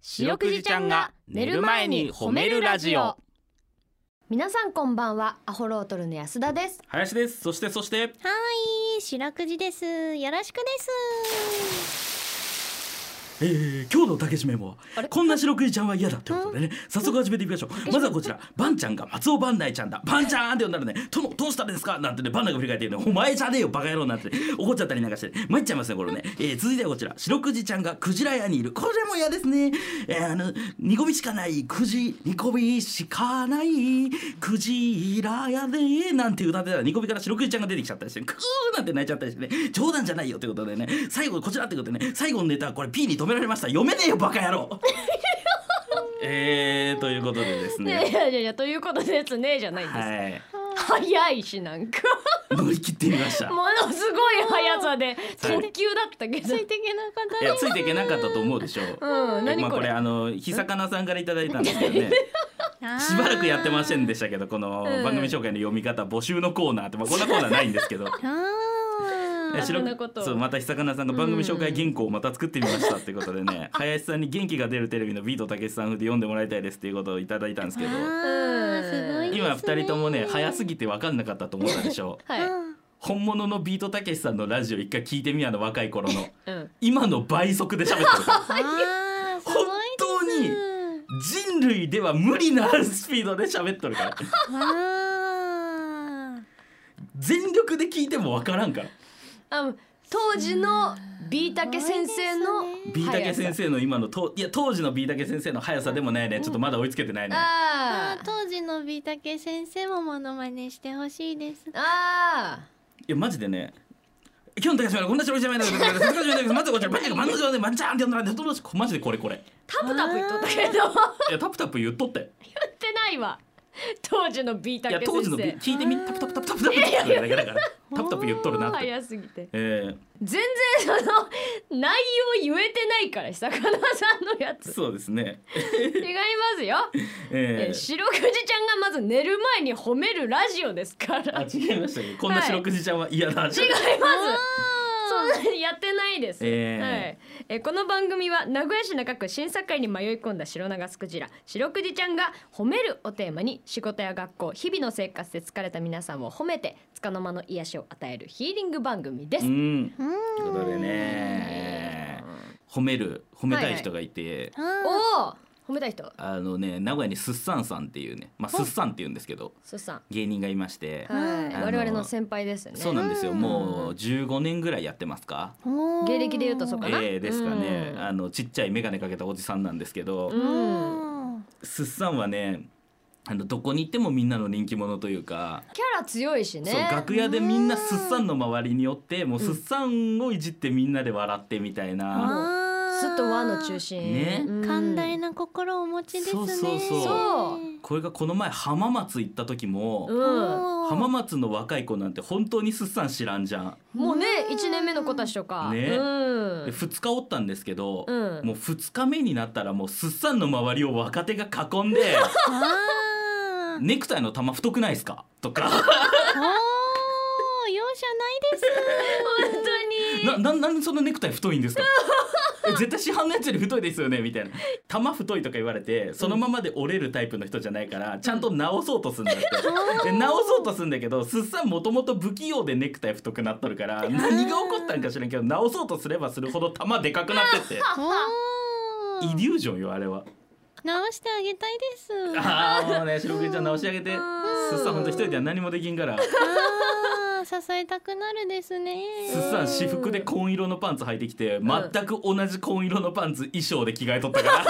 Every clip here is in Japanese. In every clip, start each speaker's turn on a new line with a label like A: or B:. A: 白くじちゃんが寝る前に褒めるラジオ
B: 皆さんこんばんはアホロートルの安田です
A: 林ですそしてそして
C: はい、白くじです。よろしく です。
A: えー、今日の竹締めも
B: あれ
A: こんな白クイちゃんは嫌だということでね早速始めていきましょうまずはこちらバンちゃんが松尾バンナイちゃんだバンちゃんって呼んだらね「殿どうしたんですか?」なんてねバンナイが振り返ってね「お前じゃねえよバカ野郎」なんて、怒っちゃったりなんかして、ね、参っちゃいますねこれね、えー続いてはこちら白クジちゃんがクジラ屋にいるこれも嫌ですね、えーあの煮込みしかないクジ煮込みしかないクジラ屋でなんて歌ってたら煮込みから白クジちゃんが出てきちゃったりしてクーなんて泣いちゃったりしてね冗談じゃないよということでね最後こちらってことでね最後のネタはこれ P に止められました読めねえよバカ野郎えー、ということでです
B: ねえい
A: ね
B: やいやいやということですねじゃないんです、
A: はい
B: 早いしなん か
A: 乗り切ってみました
B: ものすごい速さで
A: そう
B: 特急だったけど
C: ついていけなかっ
A: いやついていけなかったと思うでしょう
B: うん
A: ま
B: 何
A: あ
B: こ
A: これ
B: れ
A: あのひさかなさんからいただいたんですけど ね
C: たな。
A: しばらくやってません
C: で。
A: でしたけどこの
B: うん
A: 番組紹介の読み方募集のコーナーってまあこんなコーナーないんですけ ど
C: あー
A: え
B: あ
A: 白
B: そ
A: く
B: んなこと
A: そうまたひさかなさんが番組紹介原稿をまた作ってみましたってことでね林さんに元気が出るテレビのビートたけしさん風で読んでもらいたいですっていうことをいただいたんですけど
C: あーすごいですね。
A: 今二人ともね早すぎて分かんなかったと思ったでしょう
B: はい、
C: うん
A: 本物のビートたけしさんのラジオ一回聞いてみあの若い頃の
B: うん、
A: 今の倍速で喋ってるから
C: あーすごいです。
A: 本当に人類では無理なスピードで喋っとるから
C: あー
A: 全力で聞いても分からんから
B: あの当時のビータケ先生の
C: すごいですね
A: ビータケ先生の今のといや当時のビータケ先生の速さでもないねちょっとまだ追いつけてないね
B: あ
C: あー
B: ー
C: 当時のビータケ先生もモノマネしてほしいです。
B: あ
A: いやマジでね今日の高島はこんな白いじゃないのだから高島ですまずこちらバンジャマンの上でマンチャーンって呼んだらねどうしマジでこれこれ
B: ータプタプ言っとったけど言っ
A: いやタプタプ言っとって
B: てないわ当時のビータ
A: い
B: ケ
A: や当
B: 先生
A: 時のビ聞いてみ
C: あー
A: タプタプタプタプタプタプだけだから タプタプ言っとるなって
B: 早すぎて
A: え
B: 全然その内容言えてないから久かなさんのや
A: ー
B: つ
A: そうですね
B: 違いますよ、え
A: え
B: ー
A: ー
B: 白くじちゃんがまず寝る前に褒めるラジオですから違い
A: あ
B: ます
A: 違いましたねこんな白くじちゃんは嫌だ
B: そんなにやってないです、
A: えー
B: はいえーこの番組は名古屋市中区審査会に迷い込んだ白長スクジラ白くじちゃんが「褒める」をテーマに仕事や学校日々の生活で疲れた皆さんを褒めて束の間の癒しを与えるヒーリング番組です、
A: うん
C: うん。
A: ということでね褒める褒めたい人がいて、
C: あ
B: おお褒めたい人
A: あのね名古屋にすっさんさんっていうねまあすっさんっていうんですけど
B: すっさん
A: 芸人がいまして、
B: はい、
A: あの
B: 我々の先輩ですよね。
A: そうなんですよ、
C: うん
A: もう15年ぐらいやってますか、
C: ーおー
B: 芸歴で言うとそっかな。
A: えー、ですかね、
B: うん
A: あのちっちゃい眼鏡かけたおじさんなんですけど、
B: うん
C: うん。
A: すっさんはねあのどこに行ってもみんなの人気者というか、
B: キャラ強いしね。
A: そう楽屋でみんなすっさんの周りによってもうすっさんをいじってみんなで笑ってみたいな、
C: あ
B: すっと和の中心。
A: ね
B: うん
C: 寛大な心をお持ちですね。
A: そうそうそう
B: そう
A: これがこの前浜松行った時も、
B: うん。
A: 浜松の若い子なんて本当にすっさん知らんじゃん、
B: もうね、一年目の子たちとか。
A: ね
B: うん
A: で。2日おったんですけど、
B: うん
A: もう2日目になったらもうすっさんの周りを若手が囲ん で
C: ああ
A: 「
C: ー。
A: ネクタイの玉太くないですか?」とか
C: おー容赦ないです。
B: 本当
A: 「
B: に。
A: なななんでそのネクタイ太いんです か? 」え絶対市販のやつより太いですよねみたいな「玉太い」とか言われてそのままで折れるタイプの人じゃないからちゃんと直そうとするんだってで直そうとするんだけどすっさんもともと不器用でネクタイ太くなっとるから何が起こったんか知らんけど直そうとすればするほど玉でかくなってって
C: お
A: イ
C: ー
A: リュージョンよあれは。
C: 直してあげたいです。
A: ああもうね白くじちゃん直し上げて
B: うん
A: すっさんほんと一人では何もできんからす
C: あー支えたくなるですね。
A: っさん私服で紺色のパンツ履いてきて
B: ん
A: 全く同じ紺色のパンツ衣装で着替えとったか
C: おー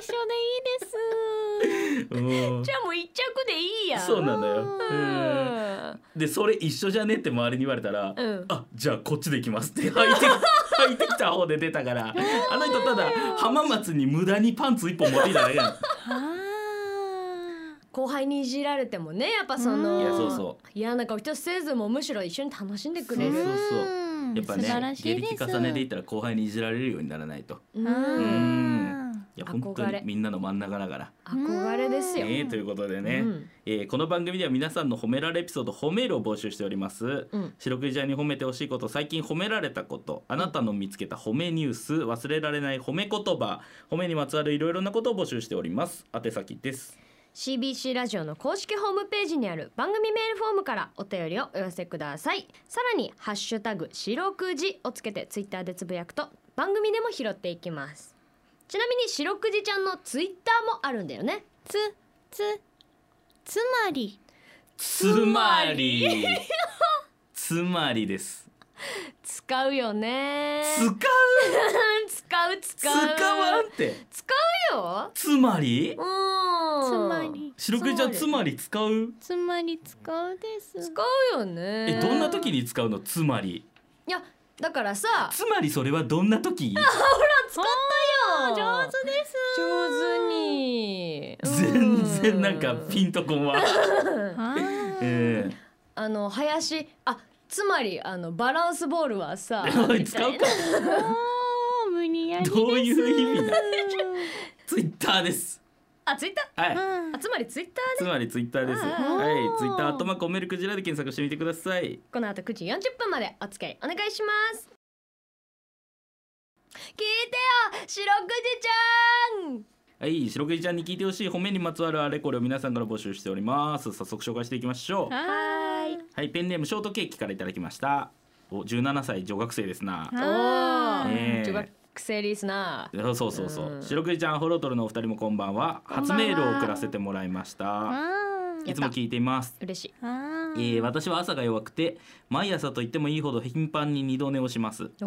C: 一緒でいいです。
A: らうん
B: じゃあもう一着でいいやん。
A: そうなんだよ
C: う
A: うんでそれ一緒じゃねって周りに言われたら
B: うん
A: あじゃあこっちで行きますって履い て履いてきた方で出たからあの人ただ浜松に無駄にパンツ一本持っていただけなの
C: あ
B: 後輩にいじられてもね、やっぱそ
C: うん
B: の。
C: いや
A: そうそ
B: 嫌な顔一つせずも、むしろ一緒に楽しんでく
C: ー
B: れ
A: そう
B: る。
A: そうそうんやっぱ
C: 素晴ら
A: ね
C: し
A: 芸
C: いです
A: 歴重ねていったら後輩にいじられるようにならないと
C: あ
B: う
C: ー
A: んいや
B: 憧れ
A: 本当にみんなの真ん中だから。
B: 憧れですよ。
A: ねということでね、
B: うん
A: えーこの番組では皆さんの褒められエピソード褒めるを募集しております、
B: うん
A: 白くじちゃんに褒めてほしいこと最近褒められたことあなたの見つけた褒めニュース忘れられない褒め言葉褒めにまつわるいろいろなことを募集しております宛先です
B: CBC ラジオの公式ホームページにある番組メールフォームからお便りをお寄せくださいさらに「ハッシュタグ白くじ」をつけてツイッターでつぶやくと番組でも拾っていきますちなみに白くじちゃんのツイッターもあるんだよね
C: つつつまり
A: つまりつまりです
B: 使うよね
A: 使う
B: 使う使
A: 使
B: う
A: わんって
B: 使うよ
A: つまり
B: う
C: つ
B: ん
C: まり
A: 白くじちゃんつまり使う
C: つまり使うです
B: 使うよ
A: え
B: ね
A: どんな時に使うのつまり
B: いやだからさ
A: つまりそれはどんな時
B: 使ったよ
C: 上手です
B: 上手に
A: 全然なんか
B: うん
A: ピンとこん わ、
C: あー
A: え
B: あの林あつまりあのバランスボールはさ
A: え おい
B: みた
A: 使
B: いうな
A: か
C: おー無理やりです
A: どういう意味だツイッターです
B: あツイッター
A: はい、
C: うん
B: あつまりツイッター
A: つ
B: で
A: まりツイッターです
B: あー
A: はいツイッターアットマークオメルクジラで検索してみてください
B: この後9時40分までお付き合いお願いします聞いてよ白くじちゃん
A: はい白くじちゃんに聞いてほしい褒めにまつわるあれこれを皆さんから募集しております早速紹介していきましょう
C: はーい
A: はいペンネームショートケーキからいただきましたお17歳女学生ですな
C: あ
B: お
C: ー
B: ー
A: ねえ
B: 女学生リスナー
A: そうそうそうそううん白くじちゃんホロトルのお二人もこんばん
C: ん
A: は
C: ばん
A: 初
C: は
A: メールを送らせてもらいました
C: あ
A: い
B: やっ
A: つ
B: た
A: も聞いています
B: 嬉しい
C: あ
A: えー私は朝が弱くて毎朝と言ってもいいほど頻繁に二度寝をします、
B: お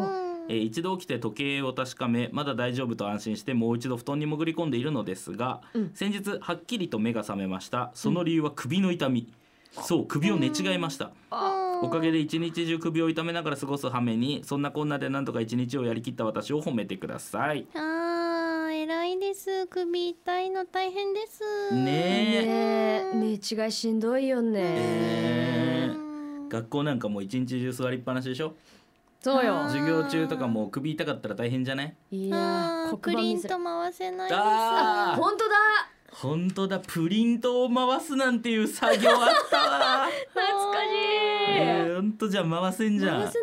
A: えー一度起きて時計を確かめまだ大丈夫と安心してもう一度布団に潜り込んでいるのですが、
B: うん
A: 先日はっきりと目が覚めましたその理由は首の痛み、そう首を寝違えました、
B: あ
A: おかげで一日中首を痛めながら過ごす羽目にそんなこんなでなんとか一日をやりきった私を褒めてください
C: あー偉いです首痛いの大変です
A: ねえ
B: ねえ寝違いしんどいよね
A: ねえ学校なんかもう一日中座りっぱなしでしょ
B: そうよ
A: 授業中とかもう首痛かったら大変じゃない
B: い
C: あー
B: や黒
C: ク
B: 板
C: リ
B: 見
C: ン
B: せる
C: と回せないです
A: あー
B: 本当だ
A: 本当だプリントを回すなんていう作業あった わ、
B: 懐かしい
A: えー、ほんとじゃあ回せんじゃ
B: 回
A: ん
B: せないじ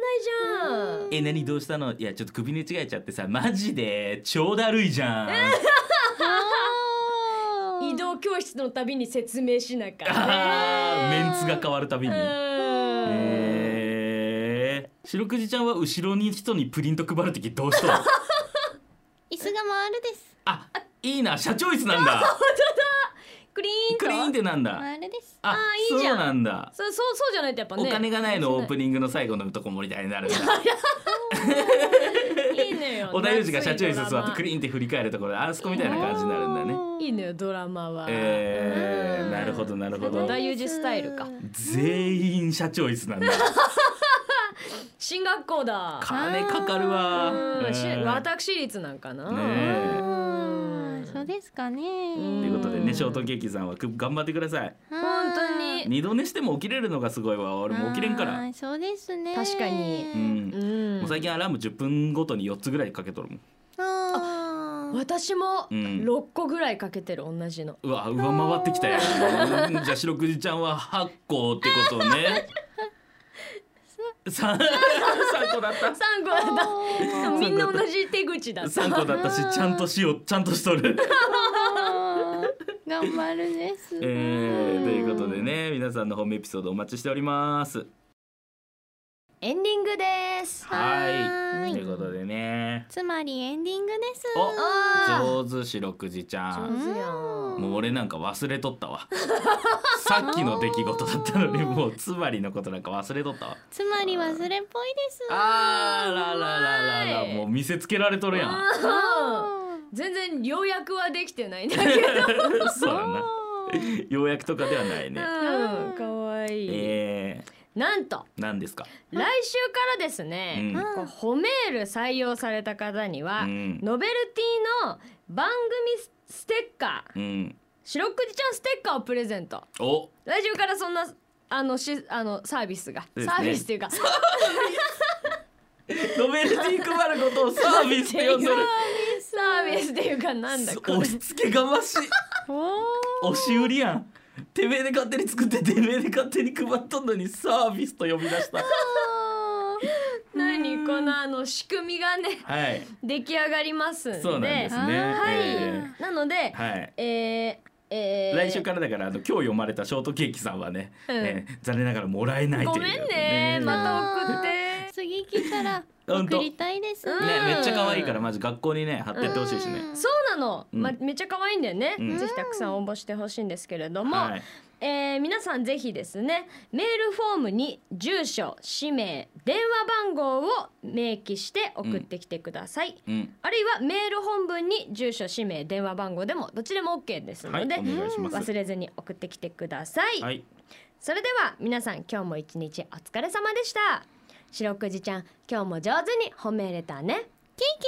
B: ゃん
A: え何どうしたのいやちょっと首に違えちゃってさマジで超だるいじゃん、
C: あー
B: 移動教室のたびに説明しなき
A: あ
B: ゃ
A: ー
B: ね
A: メンツが変わるたびに、
B: うん
A: えー、白くじちゃんは後ろに人にプリント配る時どう したの
C: 椅子が回るです
A: あいいな社長椅子なんだ
B: クリーンと
A: クリーンってなんだ
C: 回るです
A: あ
B: ーいいじゃん
A: そうなんだ
B: そうそうそうじゃないとやっぱね
A: お金がないのオープ
B: ン
A: ニングの最後のとこ盛りたいになるんだ
B: いいのよ
A: お田裕二が社長椅子座ってク
B: ー
A: リーンって振り返るところあそこみたいな感じになるんだね。
B: ンいいのよドラマは
A: えー、なるほどなるほど
B: 大裕二スタイルか
A: 全員社長椅子なんだ
B: 進学校だ
A: 金かかるわ
B: うんし
A: うん
B: 私立なんかな
A: ね
C: あ
A: え
C: ーそうですかね
A: と
B: ん
A: いうことでねショートケーキさんはく頑張ってください
B: 本当に
A: 二度寝しても起きれるのがすごいわ俺も起きれんから
C: あーそうですね
B: 確かに
A: うん
B: う
A: も
B: ん
A: う最近アラーム10分ごとに4つぐらいかけとるもん
C: あー
B: 私も
A: うん
B: 六個ぐらいかけてる同じの
A: うわ上回ってき たようんじゃあ白くじちゃんは8個ってこと ね3個だった
B: 三個だ
C: あ
B: みんな同じ手口だった
A: 3個だったしちゃんとしようちゃんとしと
C: ー
A: る、
C: 頑張るです
A: えー、ということでね皆さんのホームエピソードお待ちしております
B: エンディングです
A: はい
C: はーい
A: ということでね
C: つまりエンディングです
A: お上手しろくじちゃん
B: 上手やん
A: もう俺なんか忘れとった わさっきの出来事だったのにもうつまりのことなんか忘れとったわ
C: つまり忘れっぽいです
A: あーらららららもう見せつけられとるやん
B: うん全然要約はできて ないんだけど
A: そうやなようやくとかではないね
B: うん可愛い
A: え
B: なんと
A: ー、何ですか
B: 来週からですね、
A: うん
B: こう褒めール採用された方には、
A: うん
B: ノベルティの番組ステッカー
A: うん
B: 白くじちゃんステッカーをプレゼント
A: お
B: 来週からそんなあのしあのサービスが、
A: ですね
B: サービスっていうか
A: ノベルティ配ることをサービスって呼んでる
B: サービスっていうがなんだこれ
A: 押し付けがましい
B: おー
A: 押し売りやんてめえで勝手に作っててめえで勝手に配っとんのにサービスと呼び出した
B: 何このあの仕組みがね
A: はい
B: 出来上がりますんで
A: そうなんですね
B: はい、
A: え
B: なので、
A: ーはい
B: えーえー
A: 来週からだからあの今日読まれたショートケーキさんはね、
B: うん
A: えー残念ながらもらえないという
B: ごめんねまた送って
C: 次来たら
A: 本当
C: 送りたいです
B: うん
A: ね、めっちゃ可愛いからマジ学校にね貼ってってほしいしね。
C: うん
B: そうなの、
A: うん
B: まめっちゃ可愛いんだよね、
A: うん
B: ぜひたくさん応募してほしいんですけれども、
A: はい、
B: えー皆さんぜひですねメールフォームに住所氏名電話番号を明記して送ってきてください、
A: うん、
B: あるいはメール本文に住所氏名電話番号でもどっちでも OK です
A: はい、
B: の
A: お
B: で、
A: 願いします
B: 忘。れずに送ってきてください、
A: はい、
B: それでは皆さん今日も一日お疲れ様でした白くじちゃん今日も上手に褒めれたね
C: キキ